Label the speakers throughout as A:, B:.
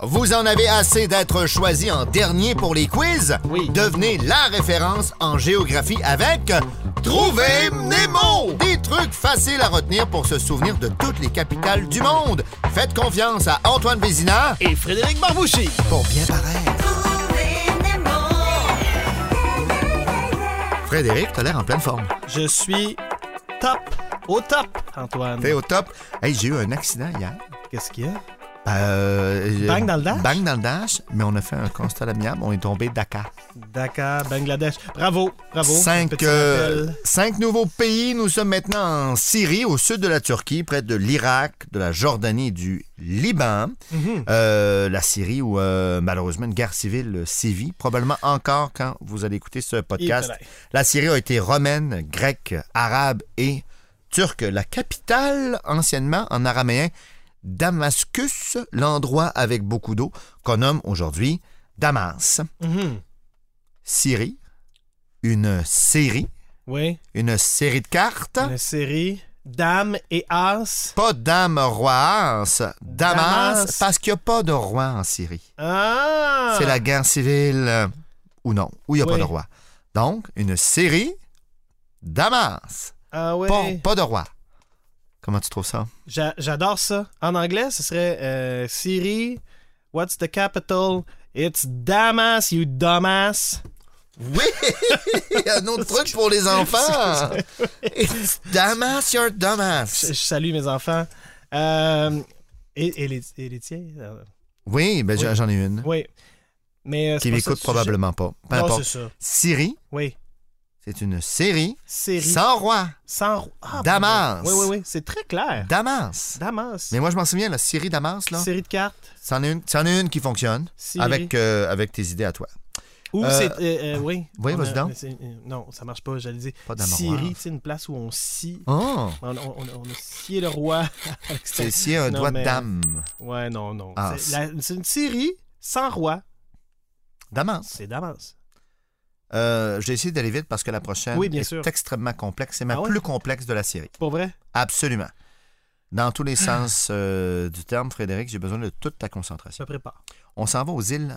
A: Vous en avez assez d'être choisi en dernier pour les quiz?
B: Oui.
A: Devenez la référence en géographie avec Trouvez Nemo! Des trucs faciles à retenir pour se souvenir de toutes les capitales du monde. Faites confiance à Antoine Vézina
B: Et Frédéric Barbouchi.
A: pour bien paraître. Frédéric, t'as l'air en pleine forme.
B: Je suis top, au top, Antoine.
A: T'es au top. Hey, j'ai eu un accident hier.
B: Qu'est-ce qu'il y a?
A: Ben, euh,
B: Bang dans le dash?
A: Bang dans le dash, mais on a fait un constat amiable. On est tombé Dakar.
B: Dakar, Bangladesh. Bravo, bravo.
A: Cinq,
B: Petit
A: euh,
B: rappel.
A: cinq nouveaux pays. Nous sommes maintenant en Syrie, au sud de la Turquie, près de l'Irak, de la Jordanie et du Liban.
B: Mhm.
A: Euh, la Syrie où, euh, malheureusement, une guerre civile sévit, probablement encore quand vous allez écouter ce podcast.
B: Et voilà.
A: La Syrie a été romaine, grecque, arabe et turque. La capitale, anciennement en araméen, Damascus, l'endroit avec beaucoup d'eau, qu'on nomme aujourd'hui Damas.
B: Mhm.
A: Syrie, une série,
B: Oui,
A: une série de cartes.
B: une série. Dame et As.
A: Pas dame roi As, Damas,
B: Damas.
A: parce qu'il n'y a pas de roi en Syrie.
B: Ah!
A: C'est la guerre civile euh, ou non, où il n'y a pas
B: Oui.
A: de roi. Donc, une série, Damas,
B: Ah ouais.
A: pas, pas de roi. Comment tu trouves ça?
B: J'a- J'adore ça. En anglais, ce serait euh, Syrie. What's the capital? It's Damas, you dumbass.
A: Oui! un autre truc pour les enfants! It's Damas, you're
B: Je,
A: Damas!
B: je salue mes enfants. Euh, et, et les, et les tiens. euh,
A: Oui, ben j'en-
B: Oui.
A: j'en ai une.
B: oui. Mais, euh, c'est
A: Qui
B: pas ça
A: m'écoute
B: le sujet.
A: probablement pas. Peu
B: Non,
A: importe.
B: c'est ça.
A: Syrie,
B: Oui.
A: c'est une série
B: Syrie.
A: sans roi.
B: Sans roi. Ah,
A: Damas.
B: bon, Oui, oui, oui. C'est très clair.
A: Damas.
B: Damas.
A: Mais moi, je m'en souviens, la Syrie Damas, là,
B: Série de cartes.
A: c'en est, une- c'en est une qui fonctionne
B: Syrie.
A: avec, euh, avec tes idées à toi.
B: Ou
A: Euh,
B: c'est. euh, euh, oui.
A: oui,
B: On
A: vas-y
B: a-
A: donc.
B: c'est- euh, Non, ça marche pas, j'allais dire.
A: Pas hein. d'Amoroir.
B: Syrie, c'est une place où on scie.
A: Oh!
B: On, on- on- on a scié le roi. à
A: C'est
B: l'extérieur.
A: si un
B: Non,
A: doigt
B: mais-
A: de dame.
B: ouais, non, non.
A: Ah,
B: C'est la- c'est une Syrie sans roi.
A: Damas.
B: C'est Damas.
A: Euh, J'ai essayé d'aller vite parce que la prochaine
B: Oui, bien
A: est
B: sûr.
A: extrêmement complexe. C'est ma
B: Ah ouais?
A: plus complexe de la série.
B: Pour vrai?
A: Absolument. Dans tous les sens euh, du terme, Frédéric, j'ai besoin de toute ta
B: Je
A: concentration.
B: me prépare.
A: On s'en va aux îles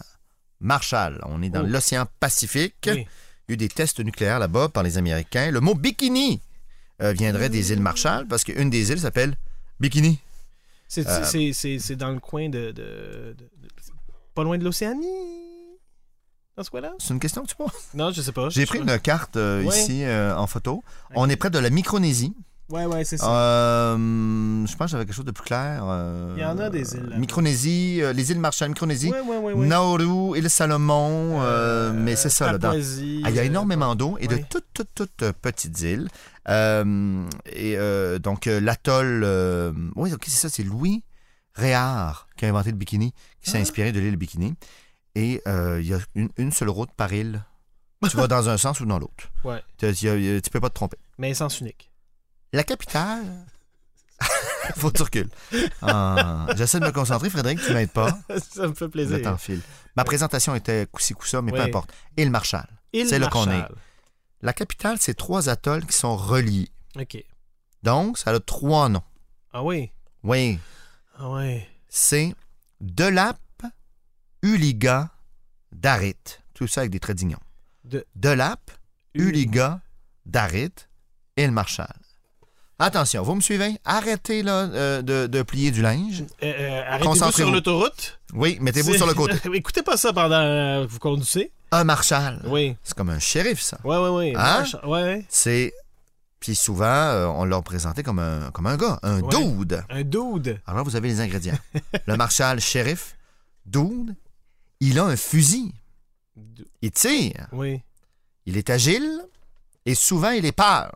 A: Marshall. On est dans
B: Oh.
A: l'océan Pacifique.
B: Oui.
A: Il y a eu des tests nucléaires là-bas par les Américains. Le mot bikini euh, viendrait
B: Mmh.
A: des îles Marshall parce qu'une des îles s'appelle Bikini.
B: C'est
A: Euh,
B: c'est- c'est- c'est dans le coin de. de- de- de- pas loin de l'Océanie. Dans ce coin-là?
A: C'est une question que tu poses.
B: Non, je sais pas.
A: J'ai
B: Je-
A: pris une carte euh,
B: Ouais.
A: ici euh, en photo. On est près de la Micronésie.
B: Ouais, ouais, c'est ça.
A: Euh, je pense que j'avais quelque chose de plus clair. euh,
B: Il y en a des îles là-bas.
A: Micronésie, euh, les îles Marshall, Micronésie,
B: ouais, ouais, ouais, ouais.
A: Nauru, île Salomon, euh,
B: Euh,
A: mais c'est ça là dans-
B: Papouasie,
A: Ah, il y a
B: euh,
A: énormément d'eau et de
B: oui.
A: toutes, toutes, toutes euh, petites îles. Euh, et euh, donc, euh, l'atoll. euh, oui, ok, c'est ça, c'est Louis Réard qui a inventé le bikini, qui
B: Ah.
A: s'est inspiré de l'île Bikini. Et euh, il y a une, une seule route par île. Tu vas dans un sens ou dans l'autre.
B: Ouais.
A: Tu ne peux pas te tromper.
B: Mais sens unique.
A: La capitale. Faut que tu recules. Ah, J'essaie de me concentrer, Frédéric, tu m'aides pas.
B: ça me fait plaisir.
A: Le temps file. Ma présentation était coussi coussa, mais peu
B: Oui.
A: importe. Île Marshall.
B: Île
A: c'est là qu'on
B: Marshall.
A: La capitale, c'est trois atolls qui sont reliés.
B: OK.
A: Donc, ça a trois noms.
B: Ah oui.
A: Oui,
B: Ah oui.
A: c'est Delap, Uliga, Darit. Tout ça avec des traits d'ignon.
B: De-
A: Delap, Uliga, Darit et le Marshall. Attention, vous me suivez? Arrêtez là, euh, de, de plier du linge.
B: Euh, euh, Arrêtez-vous
A: Concentrez-vous.
B: sur l'autoroute.
A: Oui, mettez-vous
B: C'est-
A: sur le côté.
B: Écoutez pas ça pendant euh, vous conduisez.
A: Un Marshall,
B: Oui.
A: c'est comme un shérif, ça.
B: Ouais, ouais, ouais.
A: Hein?
B: Marshall- Ouais.
A: C'est. Puis souvent, euh, on l'a présenté comme un, comme un gars, un
B: Ouais.
A: dude.
B: Un dude.
A: Alors, vous avez les ingrédients. le Marshall, shérif, dude, il a un fusil.
B: Du-
A: Il tire.
B: Oui.
A: Il est agile et souvent il est pâle.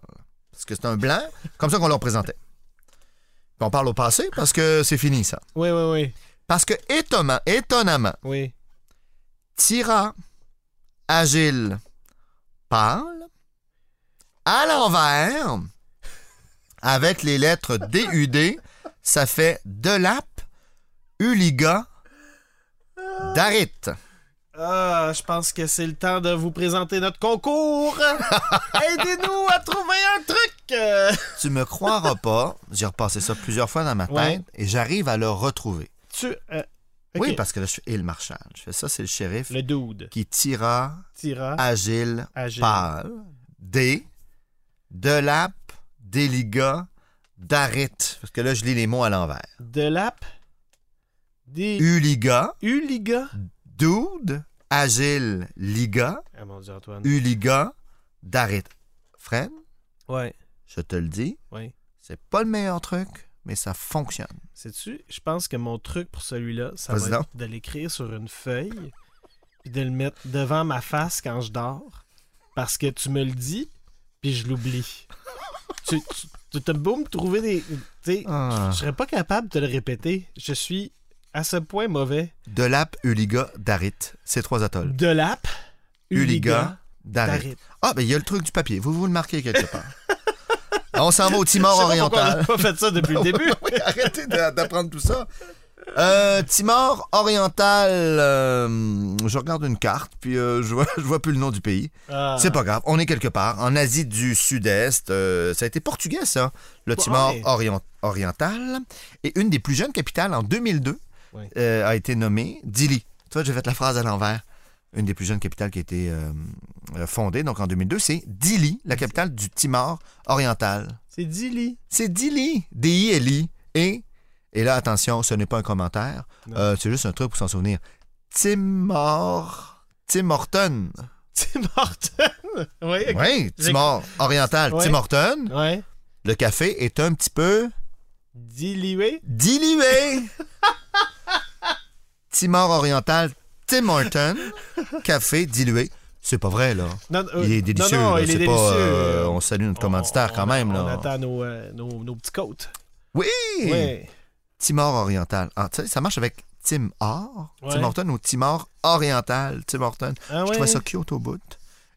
A: Parce que c'est un blanc, comme ça qu'on le représentait. Puis on parle au passé parce que c'est fini ça.
B: Oui, oui, oui.
A: Parce que étonnamment, étonnamment,
B: Oui.
A: tira, agile, pâle, à l'envers, avec les lettres DUD, ça fait Delap, Uliga, Darit.
B: Ah, je pense que c'est le temps de vous présenter notre concours. Aidez-nous à trouver un truc. Euh,
A: Tu me croiras pas, j'ai repassé ça plusieurs fois dans ma tête
B: Ouais.
A: et j'arrive à le retrouver.
B: tu, euh,
A: Oui,
B: Ok.
A: parce que là, je suis et le marchand. Je fais ça, c'est le shérif
B: Le dude.
A: qui tira,
B: Tira.
A: agile,
B: Agile.
A: pâle, des, de l'app, déligat, d'arrête. Parce que là, je lis les mots à l'envers.
B: De l'app. Des.
A: Uliga,
B: Uliga.
A: dude, agile, liga,
B: Ah mon dieu, Antoine.
A: uliga, d'arrête. Fred,
B: Ouais.
A: je te le dis,
B: Ouais.
A: c'est pas le meilleur truc, mais ça fonctionne.
B: Sais-tu, je pense que mon truc pour celui-là, ça
A: Vas-y
B: va
A: donc.
B: être de l'écrire sur une feuille puis de le mettre devant ma face quand je dors. Parce que tu me le dis, puis je l'oublie. tu tu, tu- t'as beau me trouver des. Tu sais,
A: Ah.
B: je serais pas capable de te le répéter. Je suis à ce point mauvais.
A: De l'app, uliga, d'arrête. Ces trois atolls.
B: De l'app, Uliga,
A: Uliga, d'arrête.
B: t'arrêtes.
A: Ah, ben il y a le truc du papier. Vous vous le marquez quelque part. On s'en va au Timor
B: Je sais pas pourquoi on
A: oriental.
B: n'a pas fait ça depuis le début.
A: Oui, arrêtez d'a- d'apprendre tout ça. Euh, Timor oriental, euh, je regarde une carte, puis euh, je, vois, je vois plus le nom du pays.
B: Ah.
A: C'est pas grave, on est quelque part, en Asie du Sud-Est. euh, ça a été portugais, ça, le
B: Ouais.
A: Timor orient- oriental. Et une des plus jeunes capitales, en 2002,
B: Ouais.
A: euh, a été nommée Dili. Toi, j'ai fait la phrase à l'envers. Une des plus jeunes capitales qui a été euh, euh, fondée, donc en 2002, c'est Dili, la capitale du Timor oriental.
B: C'est Dili.
A: C'est Dili, D-I-L-I. Et, et là, attention, ce n'est pas un commentaire,
B: Non.
A: Euh, c'est juste un truc pour s'en souvenir. Timor. Tim Horton.
B: Tim Horton. oui. ok.
A: Oui, Timor oriental.
B: Ouais.
A: Tim Horton.
B: Ouais.
A: Le café est un petit peu
B: Dili, oui.
A: dilué. Timor oriental, Tim Horton. Café dilué. C'est pas vrai, là.
B: Non, euh,
A: Il est délicieux.
B: Non, non,
A: là.
B: il est
A: C'est
B: délicieux.
A: Pas, euh, on salue notre commanditaire quand
B: on-
A: même.
B: On
A: Là.
B: attend nos, euh, nos, nos petits côtes.
A: Oui!
B: Ouais.
A: Timor oriental. Ah, tu sais, ça marche avec Tim Or,
B: Ouais.
A: Tim Horton ou Timor oriental, Tim Horton.
B: Ah
A: Je
B: oui.
A: trouvais ça cute au bout.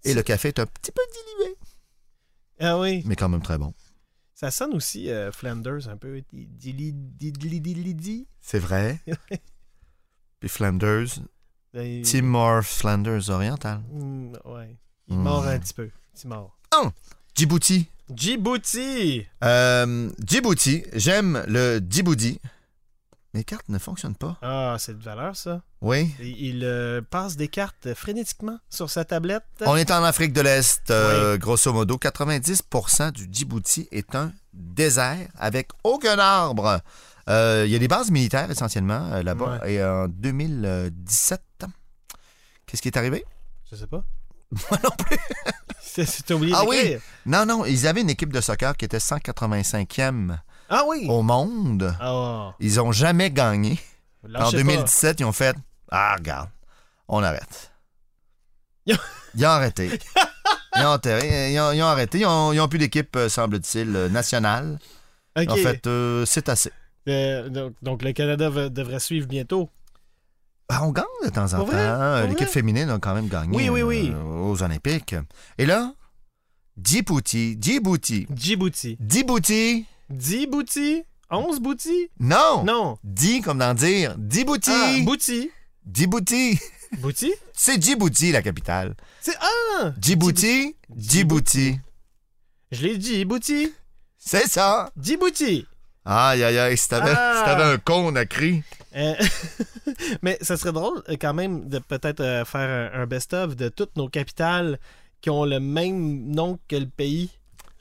A: Et le café est un petit peu dilué,
B: Ah oui.
A: mais quand même très bon.
B: Ça sonne aussi euh, Flanders un peu. Dili, dili, dili, di.
A: C'est vrai. Puis Flanders,
B: Euh,
A: Timor Flanders oriental.
B: mm, Ouais. Il
A: Mm.
B: mord un petit peu. Il mord.
A: Djibouti.
B: Djibouti.
A: Euh, Djibouti, j'aime le Djibouti. Mes cartes ne fonctionnent pas.
B: Ah, c'est de valeur, ça.
A: Oui.
B: Il, il, euh, passe des cartes frénétiquement sur sa tablette.
A: On est en Afrique de l'Est, euh, grosso modo. 90% du Djibouti est un désert avec aucun arbre. Euh, Il y a des bases militaires essentiellement euh, là-bas. Et en 2017, qu'est-ce qui est arrivé?
B: Je sais pas. Moi non plus. c'est oublié
A: Ah
B: d'écrire.
A: Non, non, ils avaient une équipe de soccer qui était 185e
B: Ah oui.
A: au monde.
B: Ah,
A: Ils n'ont jamais gagné. En
B: lâchez pas.
A: 2017, ils ont fait Ah, regarde, on arrête. Ils ont arrêté. Ils ont, enterré- ils ont- ils ont arrêté. Ils ont, ils ont plus d'équipe, euh, semble-t-il, euh, nationale.
B: Ok.
A: En fait, euh, c'est assez.
B: Euh, donc, donc le Canada va- devrait suivre bientôt.
A: Ah, on gagne de temps en
B: Pour vrai?
A: temps. hein.
B: Pour
A: L'équipe
B: vrai?
A: féminine a quand même gagné
B: Oui, oui,
A: euh,
B: oui.
A: aux Olympiques. Et là, Djibouti, Djibouti,
B: Djibouti.
A: Djibouti,
B: 10 boutis 11 boutis
A: non,
B: Non.
A: Di comme dans dire, Djibouti,
B: Ah, boutis.
A: Djibouti.
B: Boutis
A: C'est Djibouti la capitale.
B: C'est ah
A: Djibouti, Djibouti.
B: Je l'ai dit, boutis.
A: C'est ça.
B: Djibouti.
A: Aïe, aïe, aïe, si t'avais
B: Ah!
A: si t'avais un con à cri.
B: Euh, mais ça serait drôle euh, quand même de peut-être euh, faire un, un best-of de toutes nos capitales qui ont le même nom que le pays.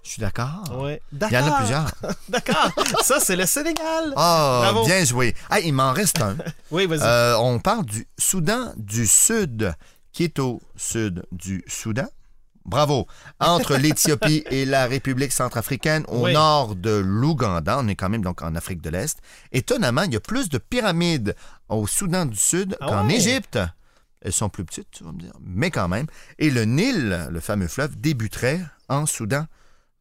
A: Je suis d'accord.
B: Ouais.
A: Ah. Il y en a
B: Dakar.
A: plusieurs.
B: D'accord. Ça, c'est le Sénégal.
A: Ah,
B: Bravo.
A: bien joué. Hey, il m'en reste un.
B: Oui, vas-y.
A: Euh, on part du Soudan du Sud, qui est au sud du Soudan. Bravo. Entre l'Éthiopie et la République centrafricaine, au
B: Oui.
A: nord de l'Ouganda, on est quand même donc en Afrique de l'Est. Étonnamment, il y a plus de pyramides au Soudan du Sud
B: Ah
A: qu'en
B: ouais?
A: Égypte. Elles sont plus petites, tu vas me dire, mais quand même. Et le Nil, le fameux fleuve, débuterait en Soudan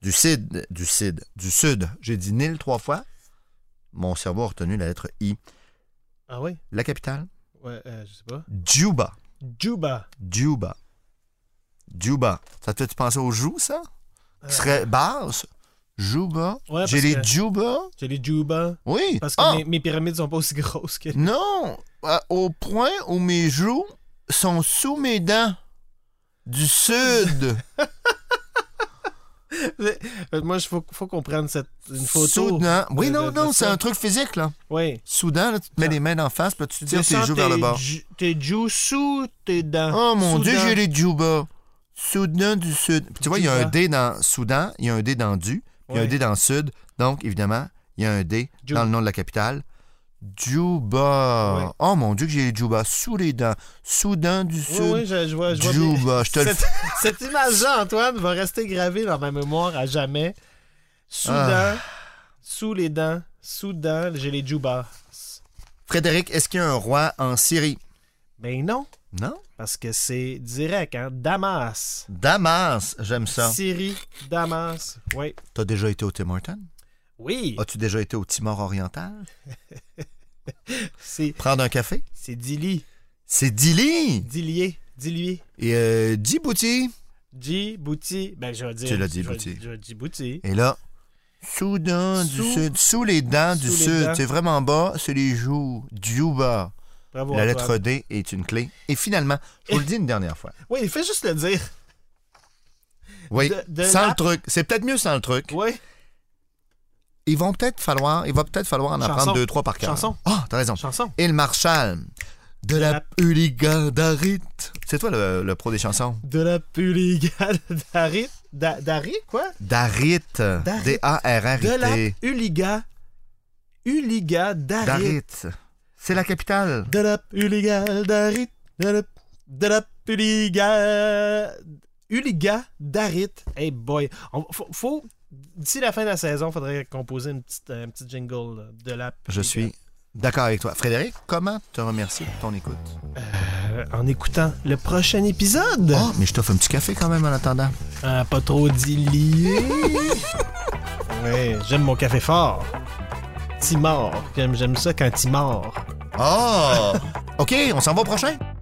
A: du Cid, du Cid, du Sud. J'ai dit Nil trois fois. Mon cerveau a retenu la lettre I.
B: Ah oui?
A: La capitale?
B: Ouais, euh, je sais pas.
A: Juba.
B: Juba.
A: Juba. Juba. Ça te fait penser au jou, ça?
B: Euh,
A: Qui serait basse? Juba.
B: Ouais, parce
A: J'ai les
B: que-
A: Juba.
B: J'ai les Juba.
A: Oui.
B: Parce que
A: Ah,
B: mes, mes pyramides sont pas aussi grosses que.
A: Non. Euh, Au point où mes joues sont sous mes dents. Du sud.
B: Moi, il faut, faut qu'on prenne cette, une photo.
A: Soudain. Oui,
B: de-
A: non,
B: de- de
A: non, c'est
B: ça.
A: un truc physique, là.
B: Oui.
A: Soudain, là, tu te mets les mains en face, puis là, tu tires
B: Descends
A: tes joues vers le
B: tes
A: bord.
B: ju- Tes joues sous tes dents.
A: Oh mon
B: Sous
A: Dieu,
B: dents.
A: j'ai les joues bas. Soudain du Sud. Puis tu vois, il y a un
B: Juba.
A: dé dans Soudan, il y a un dé dans Du, puis il y a un
B: Ouais.
A: dé dans Sud. Donc, évidemment, il y a un dé
B: Ju-
A: dans le nom de la capitale. Juba.
B: Ouais.
A: Oh mon Dieu, que j'ai les joues bas. Sous les dents. Soudan du
B: Oui,
A: Sud.
B: oui, je, je vois, je vois bien.
A: Juba. Je te le
B: Cette, cette image-là, Antoine, va rester gravée dans ma mémoire à jamais.
A: Ah.
B: Soudain, sous les dents, soudain, j'ai les jubas.
A: Frédéric, est-ce qu'il y a un roi en Syrie?
B: Ben non,
A: Non.
B: parce que c'est direct, hein. Damas.
A: Damas, j'aime ça.
B: Syrie, Damas. Oui.
A: T'as déjà été au Tim Hortons?
B: Oui,
A: As-tu déjà été au Timor oriental?
B: c'est
A: Prendre un café?
B: c'est Dili.
A: C'est Dili!
B: Dilier. Dilier.
A: Et euh, Djibouti.
B: Djibouti. Ben, je vais dire.
A: Tu l'as dit,
B: je vais-
A: Bouti.
B: Je vais Djibouti.
A: Et là, Soudan du
B: Sous-
A: Sud, sous les dents du
B: sous les
A: Sud,
B: dents.
A: c'est vraiment bas, c'est les joues, Djuba.
B: Bravo.
A: La
B: Antoine.
A: lettre E. D est une clé. Et finalement, je vous le dis une dernière fois.
B: Oui, il fait juste le dire.
A: Oui,
B: De- de
A: sans
B: la-
A: le truc. C'est peut-être mieux sans le truc.
B: Oui.
A: Ils vont peut-être falloir, il va peut-être falloir en
B: Chanson.
A: apprendre deux, trois par cœur.
B: Chanson.
A: Ah, t'as raison.
B: Chanson.
A: Et le Marshall. De la
B: la-
A: Puligandarite. C'est toi le, le pro des chansons.
B: De la puligane. Dari. Da- Dari, quoi?
A: Darite.
B: Darite. De la
A: D-A-R-R-I-T.
B: Uliga. Uliga Darit.
A: Darite. C'est la capitale.
B: De la Uliga Darit. De la, de la Uliga. Uliga Darit. Hey boy. On- faut, faut- D'ici la fin de la saison, il faudrait composer une petite, un petit jingle là, de la.
A: Je suis d'accord avec toi. Frédéric, comment te remercier de ton écoute?
B: Euh, en écoutant le prochain épisode.
A: Oh, mais je t'offre un petit café quand même en attendant.
B: Ah, pas trop d'illier. ouais, j'aime mon café fort. Timor. J'aime j'aime ça quand Timor.
A: Oh! OK, on s'en va au prochain?